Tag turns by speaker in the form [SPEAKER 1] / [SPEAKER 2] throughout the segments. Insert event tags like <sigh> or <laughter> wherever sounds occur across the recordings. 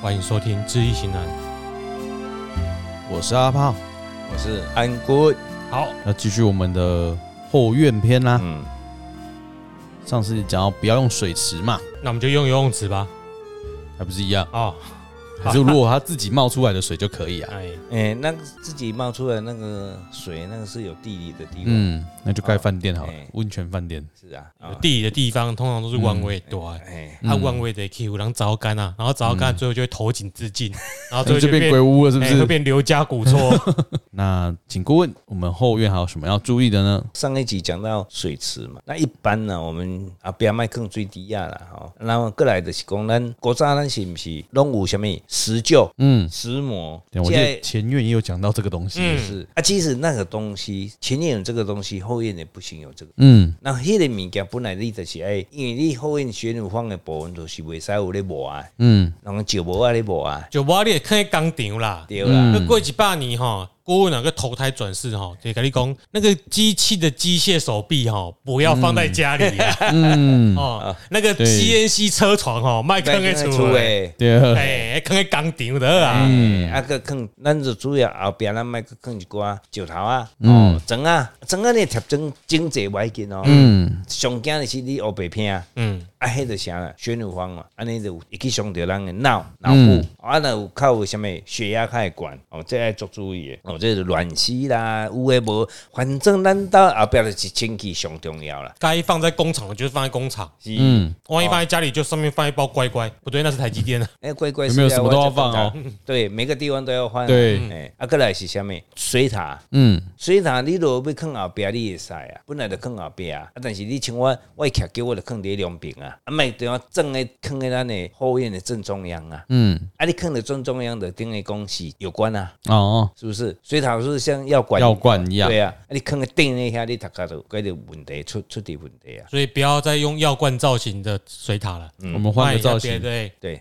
[SPEAKER 1] 欢迎收听《知易行难》。
[SPEAKER 2] 我是阿炮，
[SPEAKER 3] 我是安国，
[SPEAKER 1] 好，
[SPEAKER 2] 要继续我们的后院篇啦。
[SPEAKER 3] 嗯，
[SPEAKER 2] 上次讲到不要用水池嘛，
[SPEAKER 1] 那我们就用游泳池吧。
[SPEAKER 2] 还不是一
[SPEAKER 3] <laughs>
[SPEAKER 2] 样？
[SPEAKER 1] 哦，
[SPEAKER 2] 还是如果它自己冒出来的水就可以啊？
[SPEAKER 3] <laughs>
[SPEAKER 1] 哎，
[SPEAKER 3] 哎、那个自己冒出来那个水，那个是有地理的地方，
[SPEAKER 2] 嗯，那就盖饭店好了
[SPEAKER 3] 哎，
[SPEAKER 2] 温泉饭店。
[SPEAKER 3] 是啊，啊，
[SPEAKER 1] 地理的地方通常都是弯位多，哎
[SPEAKER 3] 哎、
[SPEAKER 1] 它弯位的 Q，然后凿干啊，然后凿干最后就会投井自 <laughs> 尽，
[SPEAKER 3] 啊
[SPEAKER 1] 然后最后
[SPEAKER 2] 你就
[SPEAKER 1] 就
[SPEAKER 2] 变
[SPEAKER 1] 变
[SPEAKER 2] 鬼屋了，是不
[SPEAKER 1] 哎会
[SPEAKER 2] 是？
[SPEAKER 1] 变刘家古 <laughs> 厝。
[SPEAKER 2] 那请顾问，我们后院还有什么要注意的呢？
[SPEAKER 3] 上一集讲到水池嘛，那一般呢，我们啊，不要卖更最低压啦，吼、那么过来的是讲，咱国早咱是不是拢有什么石臼、
[SPEAKER 2] 嗯，
[SPEAKER 3] 石磨？
[SPEAKER 2] 对我记得前院也有讲到这个东西。
[SPEAKER 1] 嗯
[SPEAKER 3] 是啊，其实那个东西前面有这个东西，后院也不行有这个。
[SPEAKER 2] 嗯，
[SPEAKER 3] 那迄个物件本来你就是爱，因为你后院旋乳方的部分就是袂使有咧磨啊，
[SPEAKER 2] 嗯，
[SPEAKER 3] 人石磨啊咧磨啊，
[SPEAKER 1] 就我你也看工厂啦，
[SPEAKER 3] 对啦。
[SPEAKER 2] 嗯
[SPEAKER 1] 那过几百年哈，顾问那个投胎转世哈，就跟你讲，那个机器的机械手臂哈，不要放在家里啊。 <laughs> 哦，那个
[SPEAKER 2] 对
[SPEAKER 1] CNC 车床哦，卖坑给出诶，
[SPEAKER 3] 诶，
[SPEAKER 2] 对，
[SPEAKER 1] 哎，坑给工厂的啊。
[SPEAKER 3] 嗯，啊个坑，咱就主要后壁咱卖去坑一寡石头啊，
[SPEAKER 2] 嗯
[SPEAKER 3] 哦，砖啊，砖啊，你贴砖整齐要紧哦。嗯，上惊的是你黑白片啊，
[SPEAKER 1] 嗯，
[SPEAKER 3] 啊，迄个啥啦，旋乳方嘛，安尼就有一去伤着咱的脑脑
[SPEAKER 2] 嗯
[SPEAKER 3] 部，啊，若有较有啥物血压较会悬，哦，这爱足注意的，哦，这是乱死啦，有诶无，反正咱到后壁就是清气上重要啦。
[SPEAKER 1] 该放在工厂的就放在工厂，
[SPEAKER 3] 是，嗯，
[SPEAKER 1] 万一放在家里就上面放一包乖乖，不对，那是台积电
[SPEAKER 2] <laughs>
[SPEAKER 1] 啊。
[SPEAKER 3] 哎，乖乖，
[SPEAKER 2] 有没有什么都要放哦？
[SPEAKER 3] 对，每个地方都要放啊。
[SPEAKER 2] 对
[SPEAKER 3] 哎，啊，过来是啥物？水塔。
[SPEAKER 2] 嗯，
[SPEAKER 3] 水塔你若要放后壁，你会使啊，本来就放后壁啊。啊，但是你像我，我徛叫我就放伫两边啊，啊，莫等啊正诶，放喺咱诶后院的正中央啊。
[SPEAKER 2] 嗯，
[SPEAKER 3] 啊，你放伫正中央的等于讲是有关啊，
[SPEAKER 2] 哦，
[SPEAKER 3] 是不是？水塔是像药管
[SPEAKER 2] 药罐一样。
[SPEAKER 3] 对啊，啊，你放喺顶那遐，你读家就该着问题出出伫问题啊。
[SPEAKER 1] 所以不要再用药罐造型的水塔了，
[SPEAKER 2] 我们换个造型，
[SPEAKER 1] 对，
[SPEAKER 3] 对，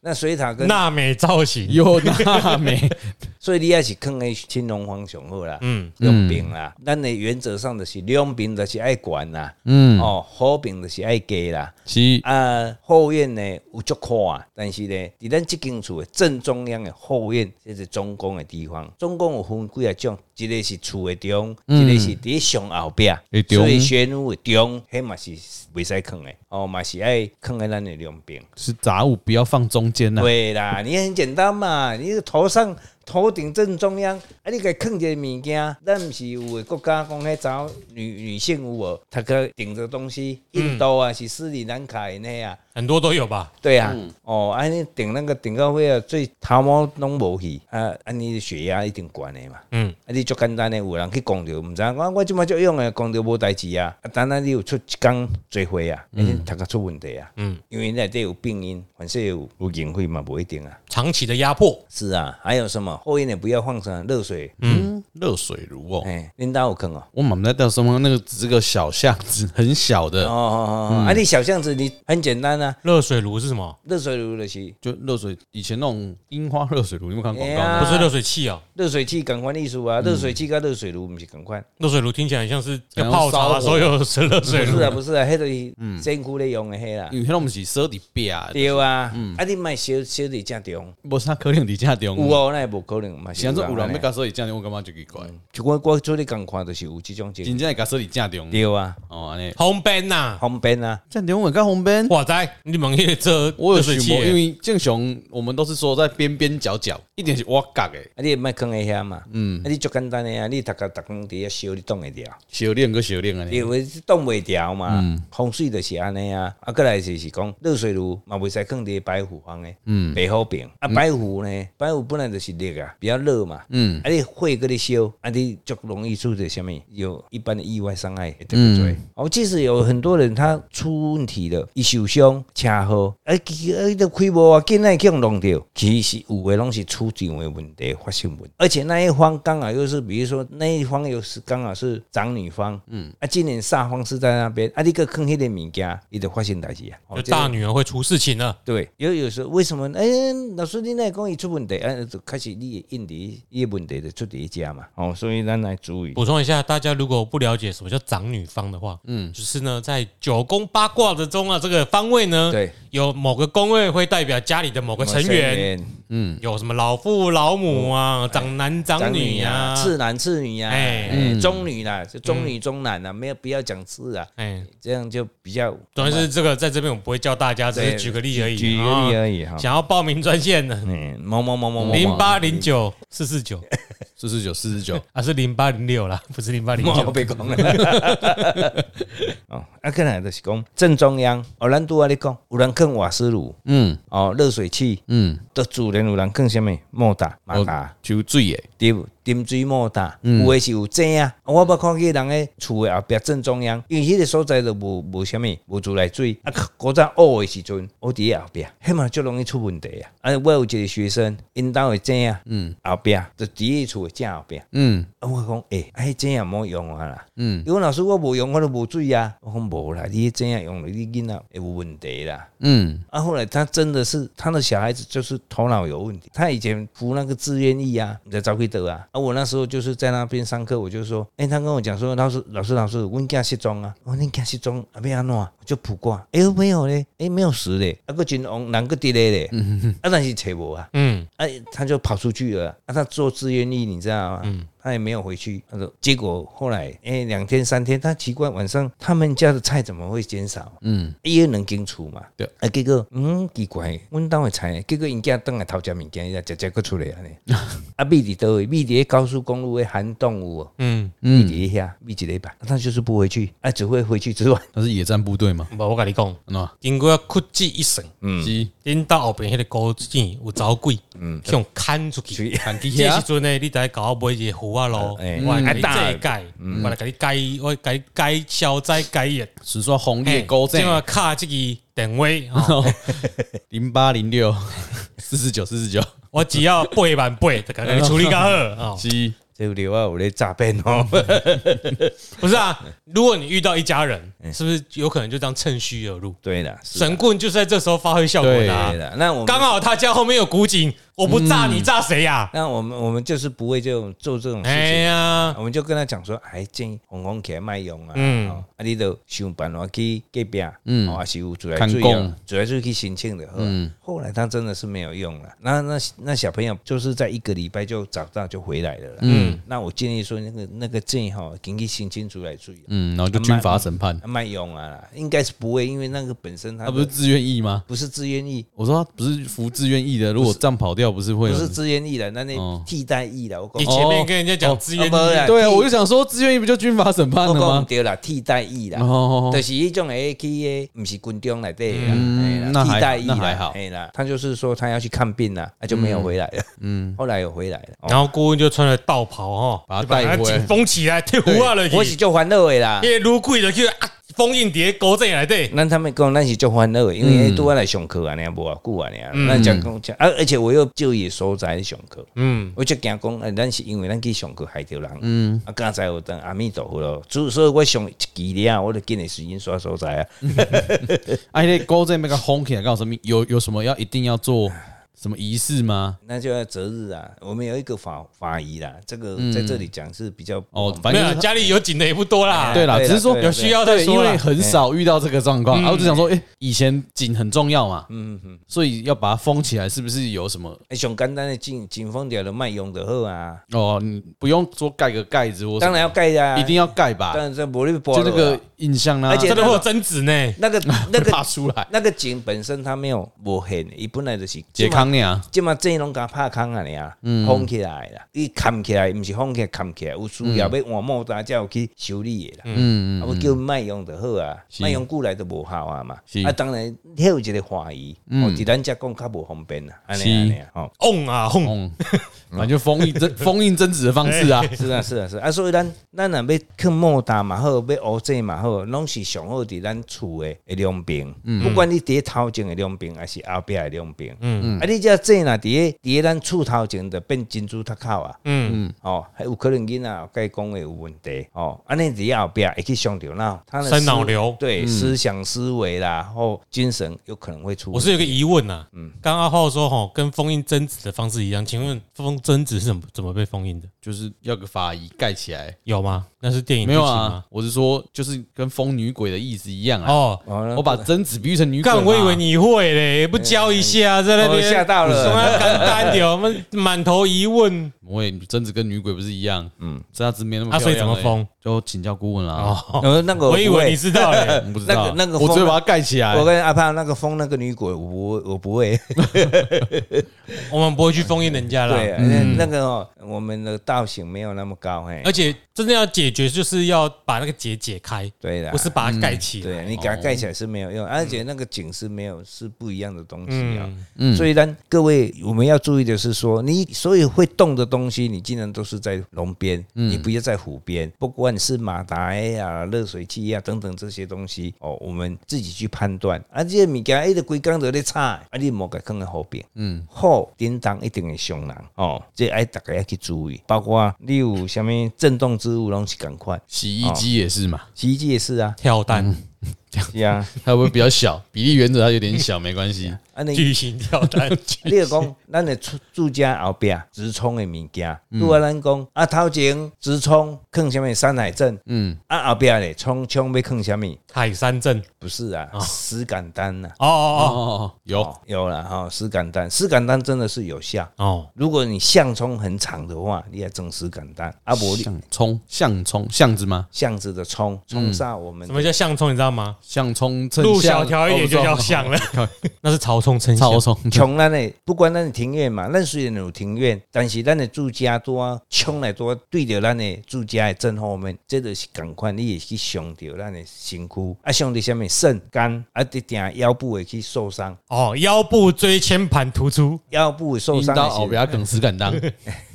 [SPEAKER 3] 那水塔跟
[SPEAKER 1] 娜美造型，
[SPEAKER 2] 有那美， <laughs>
[SPEAKER 3] 所以你也是放喺青龙方上好啦，
[SPEAKER 1] 嗯，
[SPEAKER 3] 两边啦。咱的原则上就是两边就是爱管啦，
[SPEAKER 2] 嗯，
[SPEAKER 3] 哦，好边就是爱加啦。
[SPEAKER 2] 是，
[SPEAKER 3] 啊，后院呢有足宽，但是呢，伫咱即间厝的正中央的后院，这是总共的地方。总共有分几啊种，一个是厝的中，一个是伫上后壁
[SPEAKER 2] 嗯的，中
[SPEAKER 3] 所以玄武的中，迄嘛是袂使囥的，哦，嘛是爱囥在咱的两边。
[SPEAKER 2] 是杂物不要放中间啊呐。
[SPEAKER 3] 对啦，你很简单嘛，你头上头顶正中央，啊，你给囥一个物件，咱毋是有诶国家讲迄找女女性有无？她个顶着东西，
[SPEAKER 2] 嗯
[SPEAKER 3] 印度啊是斯里兰卡的那啊。
[SPEAKER 1] 很多都有吧？
[SPEAKER 3] 对啊，哦，安尼顶那个顶到尾啊，最头毛拢无去，啊，安尼血压一定悬的嘛。
[SPEAKER 1] 嗯，
[SPEAKER 3] 啊，你足简单诶，有人去讲着，毋知我我即马足用诶，讲着无代志啊。啊，等下你有出一工做伙啊，你头壳出问题啊。
[SPEAKER 1] 嗯，
[SPEAKER 3] 因为内底有病因，反正有有经费嘛，无一定啊。
[SPEAKER 1] 长期的压迫，
[SPEAKER 3] 是啊，还有什么后院也不要放上热水，
[SPEAKER 2] 嗯，热水炉哦，
[SPEAKER 3] 哎、恁兜有坑哦。
[SPEAKER 2] 我们在到什么那个只是个小巷子，很小
[SPEAKER 3] 哦
[SPEAKER 2] 的，
[SPEAKER 3] 哦哦，
[SPEAKER 1] 嗯
[SPEAKER 3] 哦啊，你小巷子你很简单啊，
[SPEAKER 1] 热水炉是什么？
[SPEAKER 3] 热水炉就是
[SPEAKER 2] 就热水以前那种樱花热水炉，你有没有看广告
[SPEAKER 3] 哎
[SPEAKER 2] 吗？
[SPEAKER 3] 呀
[SPEAKER 1] 不是热水器哦，
[SPEAKER 3] 热水器感官艺术
[SPEAKER 1] 嗯
[SPEAKER 3] 啊，热水器跟热水炉不是同款。
[SPEAKER 1] 热水炉听起来很像是要泡茶，
[SPEAKER 2] 好像烧
[SPEAKER 1] 所
[SPEAKER 2] 火
[SPEAKER 1] 有是热水
[SPEAKER 3] 不
[SPEAKER 1] 炉
[SPEAKER 2] <laughs>
[SPEAKER 3] 是。啊，不是啊，迄就是
[SPEAKER 2] 嗯
[SPEAKER 3] 真久咧用的迄啦。
[SPEAKER 2] 有些我们是设底边，
[SPEAKER 3] 对啊，
[SPEAKER 2] 嗯
[SPEAKER 3] 啊你卖小小伫正中，
[SPEAKER 2] 不是它可能底下中。
[SPEAKER 3] 有哦，那也无可能嘛。
[SPEAKER 2] 想嗯啊说有人要
[SPEAKER 3] 讲，
[SPEAKER 2] 甲设底正中，我感觉就奇怪，
[SPEAKER 3] 就啊我我做你共看，就是有即种情
[SPEAKER 2] 真
[SPEAKER 3] 况。
[SPEAKER 2] 正会甲设底正中。
[SPEAKER 3] 对啊，
[SPEAKER 2] 哦，安尼
[SPEAKER 1] 红边呐，
[SPEAKER 3] 方便啊，
[SPEAKER 2] 正中我甲红边，
[SPEAKER 3] 哦
[SPEAKER 1] 哇塞，你们也这热
[SPEAKER 2] 我有
[SPEAKER 1] 水
[SPEAKER 2] 想
[SPEAKER 1] 器
[SPEAKER 2] 过，因
[SPEAKER 1] 耶，
[SPEAKER 2] 为正常我们都是说在边边角角，一点是挖角的，
[SPEAKER 3] 啊你卖放喺遐嘛，
[SPEAKER 2] 嗯
[SPEAKER 3] 啊你足简单诶啊，你逐家逐工伫遐烧，你挡会掉，
[SPEAKER 2] 小练个小练安尼
[SPEAKER 3] 因。为挡袂掉嘛。风水就是安尼啊，啊过来就是讲热水炉嘛，袂使放伫白虎方诶，白虎饼啊白虎呢，白虎本来就是热啊，比较热嘛，
[SPEAKER 2] 嗯
[SPEAKER 3] 啊，你火搁咧烧，啊，你就容易出着什么？有一般的意外伤害，会特别多。哦，即使有很多人他出问题了，伊受伤、车祸，啊，其啊，伊都开无啊，竟然去互弄掉。其实有的拢是出场的问题发生问题，而且那一方刚好又是，比如说那一方又是刚好是长女方，嗯，啊，今年煞方是在那边，啊，你个坑迄个物件，伊就发生代志啊。哦
[SPEAKER 1] 就
[SPEAKER 3] 这个
[SPEAKER 1] 大女儿会出事情了。
[SPEAKER 3] 对，有有时候为什么？哎、老师，你那讲伊出问题，哎、就开始你的印尼伊的问题就出伫一家嘛，哦，所以咱来注意。
[SPEAKER 1] 补充一下，大家如果不了解什么叫长女方的话，嗯，就是呢，在九宫八卦的中啊，这个方位呢，
[SPEAKER 3] 对，
[SPEAKER 1] 有某个工会会代表家里的某个成员，，
[SPEAKER 2] 嗯，
[SPEAKER 1] 有什么老父老母啊，长男长
[SPEAKER 3] 哦长
[SPEAKER 1] 女
[SPEAKER 3] 女
[SPEAKER 1] 啊
[SPEAKER 3] 啊，，次男次女啊，
[SPEAKER 1] 哎嗯
[SPEAKER 3] 哎，中女啦，就中女中男啊，没有不要讲次啊，
[SPEAKER 1] 哎，
[SPEAKER 3] 这样就比较，
[SPEAKER 1] 主要是这个在这边我不会教大家，只是
[SPEAKER 3] 对
[SPEAKER 1] 举个例而已，
[SPEAKER 3] 举个例而已哈
[SPEAKER 1] 啊。。想要报名专线的
[SPEAKER 3] 嗯，某某某某某，
[SPEAKER 1] 零八零九四四九
[SPEAKER 2] 四十九，四十九， <laughs>
[SPEAKER 1] 啊，是零八零六啦，不是零八零
[SPEAKER 3] 我
[SPEAKER 1] 九。
[SPEAKER 3] 被讲了。
[SPEAKER 1] <laughs>
[SPEAKER 3] 哦，啊，个人就是讲正中央，哦，咱拄仔咧讲，有人放瓦斯炉，
[SPEAKER 2] 嗯
[SPEAKER 3] 哦，热水器，
[SPEAKER 2] 嗯，
[SPEAKER 3] 都自然有人放什么莫打、马达
[SPEAKER 2] 哦，抽水诶，
[SPEAKER 3] 对不？点水莫打，
[SPEAKER 2] 嗯
[SPEAKER 3] 有诶是有井啊，我捌看见人诶厝诶后壁正中央，因为迄个所在就无无啥物，无自来水，啊，古早学诶时阵，学伫后壁，迄嘛就容易出问题啊。啊，我有一个学生，因兜诶井啊，嗯，后壁就伫个厝诶正后壁。
[SPEAKER 2] 嗯
[SPEAKER 3] 啊，我讲，诶、欸，迄真也毋好用啊啦。
[SPEAKER 2] 嗯
[SPEAKER 3] 伊讲老师，我无用，我都无水啊。我讲无啦，你真也用了，你囡仔会有问题啦。
[SPEAKER 2] 嗯
[SPEAKER 3] 啊，后来他真的是他的小孩子就是头脑有问题，他以前服那个自愿役啊，你在招会得啊。啊，我那时候就是在那边上课，我就说，哎诶、他跟我讲说，老师老师老师，我囝失踪啊，我恁囝失踪啊，要安怎？我就卜卦，诶、没有咧，诶、没有死咧，啊，个真红，人个伫咧咧，啊，但是找无啊。
[SPEAKER 1] 嗯，
[SPEAKER 3] 哎、他就跑出去了。啊，他做志愿役，你知道吗？
[SPEAKER 1] 嗯
[SPEAKER 3] 他也没有回去。他说，结果后来，哎、两天三天，他奇怪，晚上他们家的菜怎么会减少？
[SPEAKER 2] 嗯，
[SPEAKER 3] 伊也能清楚嘛？
[SPEAKER 2] 对。
[SPEAKER 3] 啊，结果，嗯，奇怪，阮兜的菜，结果因家等来偷食物件，伊才直接搁出来
[SPEAKER 1] <laughs>
[SPEAKER 3] 安尼。啊，秘伫倒位？秘伫高速公路的涵洞有哦，
[SPEAKER 1] 嗯，
[SPEAKER 3] 秘伫遐，秘一礼拜，啊他就是不回去，啊，只会回去之外，
[SPEAKER 2] 他是野战部队嘛，
[SPEAKER 1] 无我跟你讲，
[SPEAKER 3] 嗯
[SPEAKER 2] 喏，
[SPEAKER 1] 经过哭泣一声，
[SPEAKER 2] 嗯，是
[SPEAKER 1] 恁到后边迄个古井有走鬼，嗯，向牵出去。
[SPEAKER 2] 看
[SPEAKER 1] <laughs>
[SPEAKER 2] 起
[SPEAKER 1] 这时
[SPEAKER 2] 遐，
[SPEAKER 1] 阵呢，你得搞买一个壶啊咯，我
[SPEAKER 3] <laughs> 哎
[SPEAKER 1] 来给你
[SPEAKER 3] 嗯
[SPEAKER 1] 遮盖，我来给你解，我给你解消灾解
[SPEAKER 3] <laughs>
[SPEAKER 1] 疫。
[SPEAKER 2] 是说红叶高
[SPEAKER 1] 即
[SPEAKER 2] 正 <laughs>
[SPEAKER 1] 嘛卡这个电话，哦
[SPEAKER 3] <laughs>
[SPEAKER 1] 吼
[SPEAKER 2] 哦零八零六， <laughs> 四十九，四十九，
[SPEAKER 1] 我只要八万八，就给你处理较好
[SPEAKER 3] <laughs>
[SPEAKER 1] 哦。
[SPEAKER 2] 是，
[SPEAKER 3] 这个刘啊有咧诈骗哦。
[SPEAKER 1] 不是啊，如果你遇到一家
[SPEAKER 3] <laughs>
[SPEAKER 1] 人，是不是有可能就这样趁虚而入？
[SPEAKER 3] 对了，哎是啊
[SPEAKER 1] 神棍就是在这时候发挥效果的啊
[SPEAKER 3] 对。嗯了，那我们
[SPEAKER 1] 刚好他家后面有古井，我不炸你炸谁呀？
[SPEAKER 3] 那我们我们就是不会这种做这种事情
[SPEAKER 1] 哎。呀，
[SPEAKER 3] <laughs> 我们就跟他讲说，哎，建议红红起来卖用啊，
[SPEAKER 1] 嗯
[SPEAKER 3] 嗯，啊，你都想办法去隔壁，嗯，
[SPEAKER 2] 嗯
[SPEAKER 3] 还是有自来
[SPEAKER 2] 看
[SPEAKER 3] 水
[SPEAKER 2] 供
[SPEAKER 3] 啊，自来水去申请的，嗯，后来他真的是没有用了，那那那小朋友就是在一个礼拜就找到就回来了啦，嗯，那我建议说那个那个建议哈，赶紧申请自来水啊，
[SPEAKER 2] 嗯，然后就军阀审判，
[SPEAKER 3] 啊卖用啊啦，应该是不会，因为那个本身
[SPEAKER 2] 他
[SPEAKER 3] 他的
[SPEAKER 2] 不是自愿役吗？
[SPEAKER 3] 不是自愿意。
[SPEAKER 2] 我说他不是服自愿役的，如果这样跑掉，不是会
[SPEAKER 3] 不
[SPEAKER 2] 有
[SPEAKER 3] 是自愿意的，那那
[SPEAKER 2] 哦
[SPEAKER 3] 替代意的，我讲
[SPEAKER 1] 你前面跟人家讲资源
[SPEAKER 3] 哦没啦
[SPEAKER 2] 对啊，我就想说自愿役不就军阀审判
[SPEAKER 3] 我
[SPEAKER 2] 了
[SPEAKER 3] 哦讲
[SPEAKER 2] <laughs> 吗？
[SPEAKER 3] 对啦，替代意啦，
[SPEAKER 2] 哦，
[SPEAKER 3] 就是迄种诶，去诶，毋是军中内底的啦
[SPEAKER 2] 嗯
[SPEAKER 3] 嘿啦
[SPEAKER 2] 那还
[SPEAKER 3] 替代役啦
[SPEAKER 2] 那还好
[SPEAKER 3] 嘿啦，他就是说他要去看病啦，啊就没有回来了，嗯，后来有回来了，哦
[SPEAKER 1] 然后顾问就穿了道袍哦，
[SPEAKER 2] 把他
[SPEAKER 1] 就把
[SPEAKER 2] 带回
[SPEAKER 1] 紧封起来，贴胡啊了去
[SPEAKER 3] 我是就欢乐的啦
[SPEAKER 1] 因，为如贵就去啊，封印碟勾进来对，
[SPEAKER 3] 咱他们讲咱是就欢
[SPEAKER 2] 嗯
[SPEAKER 3] 乐的，因为拄我来上课啊，尼无啊久啊，尼咱讲讲讲，啊，而且我又就业所在上课，
[SPEAKER 1] 嗯，
[SPEAKER 3] 我就惊讲，哎，咱是因为咱去上课害着人，嗯，啊，刚才有当阿弥陀佛咯，所以所以我上一期了，我就紧诶时间刷所在啊，
[SPEAKER 2] 哎，那勾在那个轰起来，告诉你有有什么要一定要做 <laughs> 什么仪式吗？
[SPEAKER 3] 那就要择日啊，我们有一个法法仪啦，这个在这里讲是比较
[SPEAKER 2] 嗯哦，反
[SPEAKER 1] 没有
[SPEAKER 2] 正
[SPEAKER 1] 啦
[SPEAKER 2] 就是哎
[SPEAKER 1] 家里有紧的也不多啦，
[SPEAKER 2] 啊对啦，
[SPEAKER 3] 对啦
[SPEAKER 2] 只是说
[SPEAKER 3] 对啦
[SPEAKER 1] 有需要再
[SPEAKER 2] 对，因
[SPEAKER 1] 说啦
[SPEAKER 2] 为。很少遇到这个状况，然后就想说，哎，以前紧很重要嘛，
[SPEAKER 3] 嗯嗯，
[SPEAKER 2] 所以要把它封起来，是不是有什么？
[SPEAKER 3] 哎，上简单的警警方掉的卖用就好啊，
[SPEAKER 2] 哦，你不用说盖个盖子或什么，
[SPEAKER 3] 当然要盖啊，
[SPEAKER 2] 一定
[SPEAKER 3] 要，
[SPEAKER 2] 要盖吧，
[SPEAKER 3] 但是玻璃玻
[SPEAKER 2] 就那个印象啦，
[SPEAKER 3] 而且
[SPEAKER 1] 真的会有争执呢，
[SPEAKER 3] 那个
[SPEAKER 2] <laughs>
[SPEAKER 3] 那
[SPEAKER 2] 会怕
[SPEAKER 3] 个
[SPEAKER 2] 出来，
[SPEAKER 3] 那个警本身它没有无痕，伊本来就是
[SPEAKER 2] 解，康呀，
[SPEAKER 3] 即嘛这拢甲拍空啊尔，
[SPEAKER 2] 嗯
[SPEAKER 3] 封起来啦，伊盖起来，毋是封起来，盖起来，有需要要换莫搭才有去修理的啦。
[SPEAKER 2] 嗯，
[SPEAKER 3] 啊，我叫卖用就好啊，
[SPEAKER 2] 是
[SPEAKER 3] 卖用久来就无效啊嘛
[SPEAKER 2] 是。嗯
[SPEAKER 3] 啊，当然，迄有一个怀疑，哦，伫咱遮讲较无方便啦，安尼
[SPEAKER 2] 是
[SPEAKER 3] 安尼啊，哦，
[SPEAKER 1] 轰啊轰，
[SPEAKER 2] 嗯，反正就封印
[SPEAKER 3] <laughs>
[SPEAKER 2] 真封印真子的方式啊，
[SPEAKER 3] 是啊是啊是啊，啊，所以咱咱若要去莫打嘛好，要乌这嘛好，拢是上好伫咱厝的的两边，不管你伫头前的两边还是后壁的两边，嗯，啊，你只这呐，伫个伫个咱厝头前就变珍珠塔口啊，
[SPEAKER 1] 嗯，
[SPEAKER 3] 哦，还有可能囡仔甲伊讲话有问题，哦，安尼伫后壁会去伤着脑，他的
[SPEAKER 1] 生
[SPEAKER 3] 思
[SPEAKER 1] 脑瘤嗯
[SPEAKER 3] 对，思想思维啦，或精神有可能会出
[SPEAKER 1] 我
[SPEAKER 3] 问题。
[SPEAKER 1] 是有个疑问呐，嗯，刚阿浩说哈，跟封印贞子的方式一样，请问封贞子是怎么怎么被封印的？
[SPEAKER 2] 就是要个法医盖起来。
[SPEAKER 1] 有吗？那是电影
[SPEAKER 2] 没
[SPEAKER 1] 剧情
[SPEAKER 2] 有
[SPEAKER 1] 吗
[SPEAKER 2] 啊？，我是说，就是跟疯女鬼的意思一样啊。
[SPEAKER 1] 哦，
[SPEAKER 3] 哦那
[SPEAKER 2] 我把贞子比喻成女鬼嘛，
[SPEAKER 1] 干，我以为你会嘞，不教一下，在那边
[SPEAKER 3] 哦吓到了
[SPEAKER 1] 什么干单的，我们满头疑问
[SPEAKER 2] 不会，贞子跟女鬼不是一样？嗯，这她只没那么
[SPEAKER 1] 啊，
[SPEAKER 2] 漂
[SPEAKER 1] 所
[SPEAKER 2] 亮而
[SPEAKER 1] 以
[SPEAKER 2] 已。
[SPEAKER 1] 怎么封？
[SPEAKER 2] 就请教顾问啦。哦，
[SPEAKER 1] 哦，
[SPEAKER 3] 呃，那个
[SPEAKER 1] 我以
[SPEAKER 3] 不
[SPEAKER 1] 为
[SPEAKER 3] 会
[SPEAKER 1] 你知道
[SPEAKER 2] <laughs>
[SPEAKER 1] 嘞，
[SPEAKER 2] 不知道
[SPEAKER 3] 那个那个
[SPEAKER 2] 我只会
[SPEAKER 3] 封
[SPEAKER 2] 把它盖起来
[SPEAKER 3] 我。跟阿胖那个封那个女鬼，我不我不会。
[SPEAKER 1] 我们不会去封印人家啦。
[SPEAKER 3] 对，那那个哦我们的道行没有那么高哎
[SPEAKER 1] 而。且真正要解决，就是要把那个结解开，
[SPEAKER 3] 对啦
[SPEAKER 1] 不，是把它盖起
[SPEAKER 2] 哦
[SPEAKER 1] 来。
[SPEAKER 3] 对你给它盖起来是没有用，而且那个景是没有是不一样的东西啊。
[SPEAKER 2] 嗯
[SPEAKER 3] 所以呢，各位我们要注意的是说，你所有会动的东西，你尽量都是在龙边，
[SPEAKER 2] 嗯
[SPEAKER 3] 你不要在湖边。不管是马达呀、热水器呀等等这些东西，哦，我们自己去判断。啊，这些物件一直规工在咧炒，啊，你莫甲放在河边。
[SPEAKER 2] 嗯，
[SPEAKER 3] 好叮当一定会伤人哦，这爱大家要去注意，包括你有啥物震动之物拢是共款，
[SPEAKER 2] 洗衣机也是嘛，
[SPEAKER 3] 洗衣机也是啊，
[SPEAKER 1] 跳蛋，
[SPEAKER 2] 嗯
[SPEAKER 3] 是啊，
[SPEAKER 2] 它会不会比较
[SPEAKER 3] <laughs>
[SPEAKER 2] 小？比例原则它有点小，没关系。
[SPEAKER 3] 啊你。
[SPEAKER 1] 巨型跳蛋，
[SPEAKER 3] <laughs> 你就讲，咱的住住家后壁直冲的物件，如果咱讲啊，头前直冲坑什么山海镇，
[SPEAKER 2] 嗯，
[SPEAKER 3] 啊后壁咧冲冲要坑什么？
[SPEAKER 1] 海山镇。
[SPEAKER 3] 不是啊，石敢丹呐，
[SPEAKER 1] 哦哦
[SPEAKER 2] 哦，有
[SPEAKER 3] 哦，有了哈，石敢丹，石敢丹真的是有效。
[SPEAKER 1] 哦哦，
[SPEAKER 3] 如果你相冲很长的话，你要整石敢丹，啊无你
[SPEAKER 2] 像葱，像葱，巷子吗？
[SPEAKER 3] 巷子的冲冲煞啊我们
[SPEAKER 1] 什么叫相冲？你知道吗？
[SPEAKER 2] 像葱，称
[SPEAKER 1] 路
[SPEAKER 2] 象
[SPEAKER 1] 小条一点就叫像了，那是曹冲称象。
[SPEAKER 2] 哦 <laughs> 超葱，
[SPEAKER 3] 穷咱的，不管咱的庭院嘛，咱虽然有庭院，但是咱的住家多冲来多对着咱的住家的正后面，这就是共款，你会去伤着咱的身躯，啊，伤着什么肾、肝，啊，一定腰部会去受伤，
[SPEAKER 1] 哦，腰部椎间盘突出，
[SPEAKER 3] 腰部 <laughs> 受
[SPEAKER 2] 引
[SPEAKER 3] 伤
[SPEAKER 2] 到后
[SPEAKER 3] 的
[SPEAKER 2] 边哦梗死敢
[SPEAKER 3] <laughs>
[SPEAKER 2] 当，是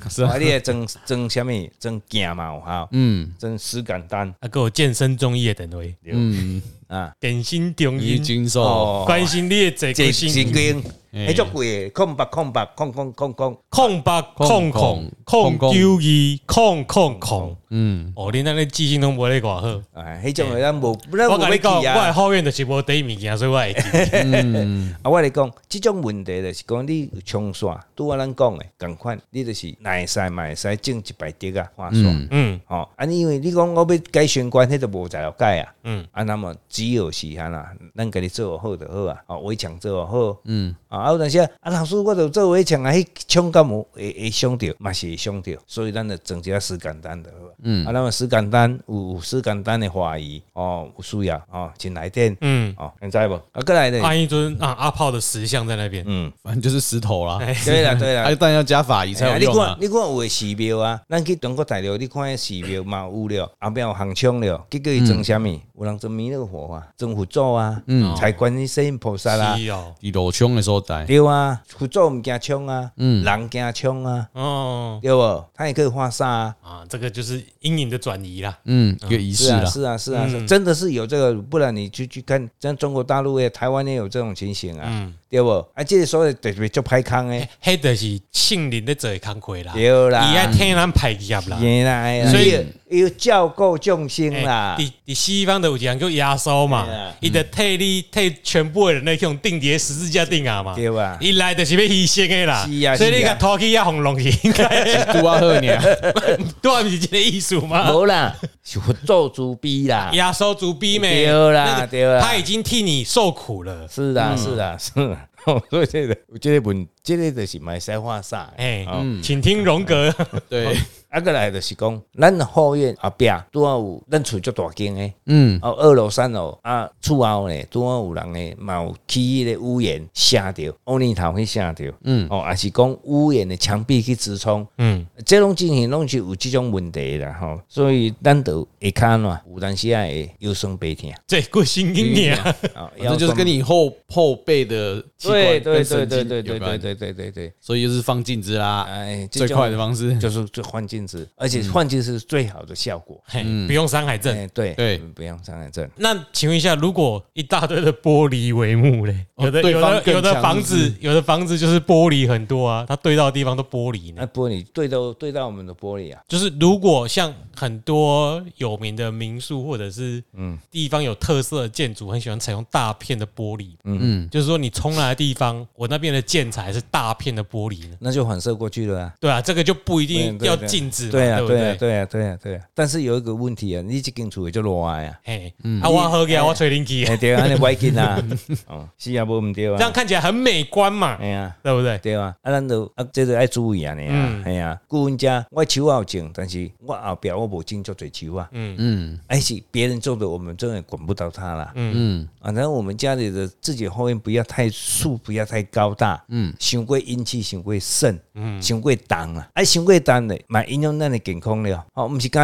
[SPEAKER 3] 时候，
[SPEAKER 2] 啊
[SPEAKER 3] 啊，，你会装装什么？装镜嘛，有哈，
[SPEAKER 2] 嗯
[SPEAKER 3] 装石敢当
[SPEAKER 1] 啊，给我健身中医的等位，
[SPEAKER 2] 嗯，
[SPEAKER 3] 啊，
[SPEAKER 1] 点心中
[SPEAKER 2] 你哦
[SPEAKER 1] 医，
[SPEAKER 2] 经受，
[SPEAKER 3] 哦
[SPEAKER 1] 关心你的这
[SPEAKER 3] 这
[SPEAKER 1] 个
[SPEAKER 3] 这
[SPEAKER 1] 心，
[SPEAKER 3] 根，
[SPEAKER 2] 哎
[SPEAKER 3] 哎，足贵的，空白空白空空空空，
[SPEAKER 1] 空八空空空
[SPEAKER 2] 空空
[SPEAKER 1] 九一空空空。
[SPEAKER 2] 嗯，
[SPEAKER 1] 哦，你那个记性都无咧偌好。
[SPEAKER 3] 啊，迄种的咱无，咱
[SPEAKER 1] 我
[SPEAKER 3] 无
[SPEAKER 1] 跟你
[SPEAKER 3] 要
[SPEAKER 1] 讲，我
[SPEAKER 3] 去啊
[SPEAKER 1] 的。后院就是无第一物件，所以我会记。
[SPEAKER 3] 啊，我来讲，即种问题就是讲你有冲刷，拄啊仔咱讲的共款，你就是耐使嘛会使种一百滴啊，花刷。
[SPEAKER 1] 嗯，
[SPEAKER 3] 哦，啊，你因为你讲我要改玄关，迄就无材料改啊。
[SPEAKER 1] 嗯，
[SPEAKER 3] 啊，那么只有是安啦，咱家己做好就好啊。哦，围墙做好。嗯，啊，有阵时啊，啊，老师，我著做围墙啊，迄冲感有会会伤着，嘛是会伤着，所以咱就整一下石敢单就好啊。嗯，啊，那么石敢单有有石敢单的怀疑哦，有需要哦，真来电。
[SPEAKER 1] 嗯，
[SPEAKER 3] 哦，你知无？啊，过来咧，
[SPEAKER 1] 按一尊啊阿炮的石像在那边。
[SPEAKER 3] 嗯。
[SPEAKER 2] 反正就是石头啦，
[SPEAKER 1] 哎
[SPEAKER 3] <laughs> 对
[SPEAKER 2] <laughs>
[SPEAKER 3] 啦，对啦，
[SPEAKER 2] 啊，但要加法仪才
[SPEAKER 3] 哎呀
[SPEAKER 2] 有
[SPEAKER 3] 你
[SPEAKER 2] 用
[SPEAKER 3] 看
[SPEAKER 2] 啊，，
[SPEAKER 3] 你看有的寺庙啊，咱去中国大陆，你看迄寺庙嘛有了，后壁有航枪了，结果伊装啥物？有人装弥勒佛啊，装佛祖啊，
[SPEAKER 2] 嗯
[SPEAKER 1] 哦
[SPEAKER 3] 财观世音菩萨啦，
[SPEAKER 1] 是哦，
[SPEAKER 2] 你裸胸的所在，
[SPEAKER 3] 对啊，佛祖毋惊枪啊，
[SPEAKER 2] 嗯
[SPEAKER 3] 人惊枪啊，
[SPEAKER 1] 哦
[SPEAKER 3] 对无？他也可以画煞啊。
[SPEAKER 1] 啊，这个就是阴影的转移啦。
[SPEAKER 2] 嗯，一个仪
[SPEAKER 3] 是
[SPEAKER 2] 式
[SPEAKER 3] 啊，
[SPEAKER 2] 啦，
[SPEAKER 3] 是啊，是啊，是啊
[SPEAKER 1] 嗯
[SPEAKER 3] 真的是有这个，不然你去去看，咱中国大陆也、台湾也有这种情形啊，
[SPEAKER 1] 嗯
[SPEAKER 3] 对不？啊，这个所谓特别足歹康诶，
[SPEAKER 1] 迄就是性灵在做的工课啦，伊
[SPEAKER 3] 对啦，
[SPEAKER 1] 爱天然排业啦。
[SPEAKER 3] 原来啊，
[SPEAKER 1] 所
[SPEAKER 3] 所
[SPEAKER 1] 以哎
[SPEAKER 3] 以要照顾众生啦。
[SPEAKER 1] 欸伫伫西方的有一人叫耶稣嘛
[SPEAKER 3] 嘿啦，
[SPEAKER 1] 伊的替你替全部的人类去用定伫十字架顶啊嘛，
[SPEAKER 3] 对吧
[SPEAKER 1] 伊来就是要牺牲的啦，
[SPEAKER 3] 是啊
[SPEAKER 1] 所以你
[SPEAKER 3] 是啊
[SPEAKER 1] 甲拖去遐红龙去， <laughs> 应该
[SPEAKER 2] 杜阿赫
[SPEAKER 3] <laughs>
[SPEAKER 2] 你啊，
[SPEAKER 1] 都还不是这个意思吗？
[SPEAKER 3] 无啦，是佛祖慈悲
[SPEAKER 1] <laughs>
[SPEAKER 3] 啦，
[SPEAKER 1] 耶稣主逼妹，
[SPEAKER 3] 啊对啦
[SPEAKER 1] 那个嗯
[SPEAKER 3] 对啦
[SPEAKER 1] 他已经替你受苦了，
[SPEAKER 3] 是啦，是啦，是啦。 <laughs> 所以这个，有这个问，这个就是买西化煞。
[SPEAKER 1] 哎
[SPEAKER 3] 哦，
[SPEAKER 1] 请听荣
[SPEAKER 3] 嗯
[SPEAKER 1] 格，
[SPEAKER 2] 对，
[SPEAKER 3] 啊，个来就是讲，咱后院后壁拄啊有咱厝足大间诶，
[SPEAKER 2] 嗯，
[SPEAKER 3] 哦，二楼三楼啊，厝后咧拄啊有人咧，嘛有起迄个屋檐下着，乌泥头去下着，嗯，哦，还是讲屋檐的墙壁去直冲，
[SPEAKER 1] 嗯，
[SPEAKER 3] 这种情形拢是有即种问题啦吼，所以咱就会看啦，有当时啊会腰酸背痛，
[SPEAKER 1] 这过心经你啊，
[SPEAKER 3] <laughs> 啊，
[SPEAKER 2] 这就是跟
[SPEAKER 3] 你
[SPEAKER 2] 你后后背的器
[SPEAKER 3] 对
[SPEAKER 2] 官
[SPEAKER 3] 对
[SPEAKER 2] 跟
[SPEAKER 3] 对
[SPEAKER 2] 神
[SPEAKER 3] 对
[SPEAKER 2] 经
[SPEAKER 3] 对
[SPEAKER 2] 有
[SPEAKER 3] 对
[SPEAKER 2] 关
[SPEAKER 3] 对，对对对对。
[SPEAKER 2] 所以就是放镜子啦，
[SPEAKER 3] 哎，这
[SPEAKER 2] 最
[SPEAKER 3] 种
[SPEAKER 2] 快的方式，嗯
[SPEAKER 3] 就是这换镜治，而且换气是最好的效果。
[SPEAKER 1] 嘿，不用伤害症。
[SPEAKER 3] 哎，对
[SPEAKER 2] 对
[SPEAKER 3] 不用伤害症。
[SPEAKER 1] 那请问一下，如果一大堆的玻璃帷幕嘞，
[SPEAKER 2] 哦
[SPEAKER 1] 有的
[SPEAKER 2] 对
[SPEAKER 1] 有
[SPEAKER 2] 方
[SPEAKER 1] 的
[SPEAKER 2] 更
[SPEAKER 1] 有的
[SPEAKER 2] 强
[SPEAKER 1] 房
[SPEAKER 2] 是
[SPEAKER 1] 子有的房子就是玻璃很多啊，它对到的地方都玻璃呢
[SPEAKER 3] 那。玻璃对到对到我们的玻璃啊，
[SPEAKER 1] 就是如果像很多有名的民宿或者是嗯地方有特色的建筑，很喜欢采用大片的玻璃，嗯，就是说你冲来的地方，我那边的建材是大片的玻璃呢，
[SPEAKER 3] 那就反射过去了啊。
[SPEAKER 1] 对啊，这个就不一定
[SPEAKER 3] 对对
[SPEAKER 1] 要
[SPEAKER 3] 对
[SPEAKER 1] 禁止嘛，
[SPEAKER 3] 对啊，
[SPEAKER 1] 不
[SPEAKER 3] 对啊，
[SPEAKER 1] 对？
[SPEAKER 3] 对啊，对啊，对啊。但是有一个问题啊，你一进厝就乱呀，
[SPEAKER 1] 嘿，啊，我喝给啊，我吹灵机，
[SPEAKER 3] 哎对啊，你歪
[SPEAKER 1] <laughs>
[SPEAKER 3] 进啊，哦，是啊，无毋对
[SPEAKER 1] 这样
[SPEAKER 3] 啊，
[SPEAKER 1] 看起来很美观嘛，
[SPEAKER 3] 哎呀。
[SPEAKER 1] 对不对？
[SPEAKER 3] 对啊，啊，咱就啊，这就爱注意啊，你啊
[SPEAKER 1] 嗯，
[SPEAKER 3] 哎呀，顾问家我手也有种，但是我后壁我无种足侪树啊，
[SPEAKER 2] 嗯
[SPEAKER 3] 哎是别人种的，我们真的管不到他啦。
[SPEAKER 2] 嗯
[SPEAKER 3] 啊，然后我们家里的自己后院不要太树，不要太高大，嗯，伤过阴气，伤过肾，嗯，伤过重啊，啊，伤过重嘞，嘛影响咱的健康了。哦，毋是讲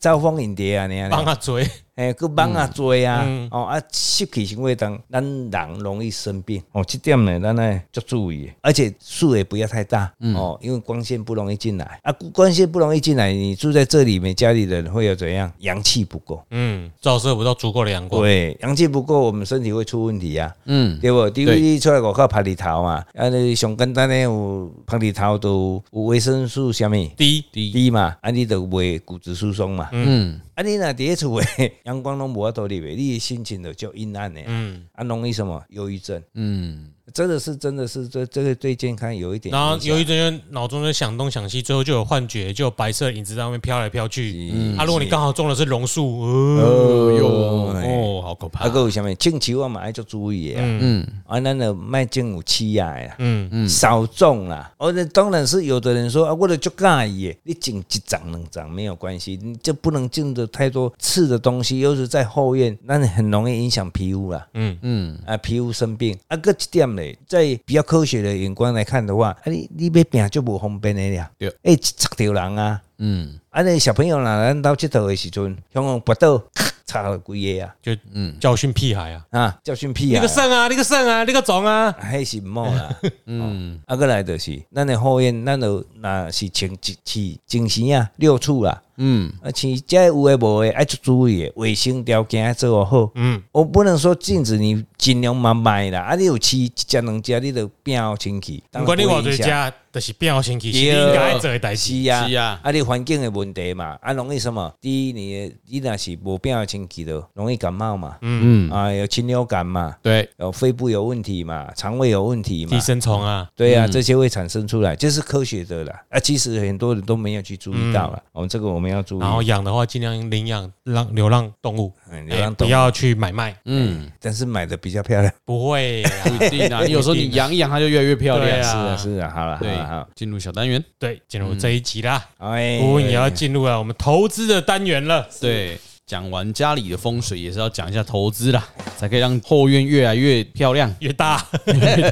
[SPEAKER 3] 招蜂引蝶啊，你
[SPEAKER 1] 帮
[SPEAKER 3] 啊，
[SPEAKER 1] 他追，
[SPEAKER 3] 哎，佮蚊啊多啊
[SPEAKER 1] 嗯，
[SPEAKER 3] 哦啊，湿气伤过重，咱人容易生病。哦，这点呢，咱呢要注意，而且树也不要太大，
[SPEAKER 1] 嗯
[SPEAKER 3] 哦，因为光线不容易进来啊，光线不容易进来，你住在这里面，家里的人会有怎样？阳气不够。
[SPEAKER 1] <laughs> 嗯，照射不到足够的阳光，
[SPEAKER 3] 对，阳气不够，我们身体会出问题啊。
[SPEAKER 2] 嗯，
[SPEAKER 3] 对无？你你出来外口晒日头嘛，啊，你上简单的有晒日头都有维生素啥物。
[SPEAKER 1] 第一，
[SPEAKER 3] 低嘛，啊，你就袂骨质疏松嘛。
[SPEAKER 2] 嗯
[SPEAKER 3] 啊，你若伫咧厝诶，阳光拢无法度入去，你的心情就较阴暗的啊，
[SPEAKER 1] 嗯，
[SPEAKER 3] 啊，容易什么忧郁症？
[SPEAKER 2] 嗯
[SPEAKER 3] 真的是，真的是，这这个对健康有一点影
[SPEAKER 1] 然
[SPEAKER 3] 响。
[SPEAKER 1] 后有一阵就脑中就想东想西，最后就有幻觉，就有白色的影子在外面飘来飘去。
[SPEAKER 3] 嗯
[SPEAKER 1] 啊，如果你刚好中的是榕树，
[SPEAKER 3] 哦
[SPEAKER 1] 哦哟，
[SPEAKER 3] 哎
[SPEAKER 1] 哦，好可
[SPEAKER 3] 啊，
[SPEAKER 1] 怕。
[SPEAKER 3] 个有啥物？种树我嘛爱做注意的啊，
[SPEAKER 1] 嗯
[SPEAKER 2] 嗯
[SPEAKER 3] 啊，咱就卖种有刺啊的啊。
[SPEAKER 1] 嗯，
[SPEAKER 3] 少种啦。哦，那当然是有的人说啊，我的就介意耶，你种一长两长没有关系，你就不能种的太多刺的东西，尤其在后院，那你很容易影响皮肤啦。
[SPEAKER 2] 嗯
[SPEAKER 3] 啊，皮肤生病啊，个一点嘞，在比较科学的眼光来看的话，啊，你你要病就无方便的了，
[SPEAKER 2] 对
[SPEAKER 3] 哎，插到人啊，
[SPEAKER 2] 嗯
[SPEAKER 3] 啊，那小朋友啦，咱到佚佗的时阵，向往跋倒，咔 <laughs> 插了几个啊，
[SPEAKER 1] 就嗯教训屁孩啊，
[SPEAKER 3] 啊，教训屁
[SPEAKER 1] 你
[SPEAKER 3] 啊
[SPEAKER 1] 个，肾啊，你个肾啊，你个种啊，
[SPEAKER 3] 啊迄是毋好啦。
[SPEAKER 2] 嗯
[SPEAKER 3] 啊，过来就是，咱的后院，咱就若是穿一饲精神啊，六处啦，
[SPEAKER 2] 嗯
[SPEAKER 3] 啊，饲这有诶无诶，爱注注意的卫生条件要做好。
[SPEAKER 1] 嗯，
[SPEAKER 3] 我不能说禁止你尽量嘛卖啦，啊，你有饲一只两只，你就变好清气。
[SPEAKER 1] 不管你偌
[SPEAKER 3] 当然不
[SPEAKER 1] 侪
[SPEAKER 3] 影响
[SPEAKER 1] 家，就是变好心情，是
[SPEAKER 3] 对
[SPEAKER 1] 你应该做的代志。
[SPEAKER 3] 是啊，
[SPEAKER 2] 是啊
[SPEAKER 3] 啊，你环境的问题嘛，啊，容易什么？第一，你的你若是无变好清气的，容易感冒嘛，
[SPEAKER 2] 嗯，
[SPEAKER 3] 啊，有禽流感嘛，
[SPEAKER 2] 对，
[SPEAKER 3] 有呃肺部有问题嘛，肠胃有问题嘛
[SPEAKER 1] 寄，生虫啊，
[SPEAKER 3] 对呀、这些会产生出来，这是科学的啦。啊，其实很多人都没有去注意到了，我们、这个我们要注意。
[SPEAKER 1] 嗯然后养的话尽量领养让流浪动物，
[SPEAKER 3] 嗯，流
[SPEAKER 1] 哎
[SPEAKER 3] 浪
[SPEAKER 1] 不
[SPEAKER 3] 动物，
[SPEAKER 1] 要去买卖，
[SPEAKER 2] 嗯，
[SPEAKER 3] 但是买的比较漂亮。
[SPEAKER 1] 不会啊。
[SPEAKER 3] <laughs>
[SPEAKER 2] 不一定啊，你有时候你养一养，它就越来越漂
[SPEAKER 1] 对
[SPEAKER 2] 亮。
[SPEAKER 1] 啊
[SPEAKER 3] 是啊，是啊，好了，好
[SPEAKER 2] 对
[SPEAKER 3] 了，好，，
[SPEAKER 2] 进入小单元，
[SPEAKER 1] 对，进入这一集啦，
[SPEAKER 3] 好哎，
[SPEAKER 1] 顾问也要进入了我们投资的单元了。
[SPEAKER 2] 对，讲完家里的风水，也是要讲一下投资啦，才可以让后院越来越漂亮。
[SPEAKER 1] 越大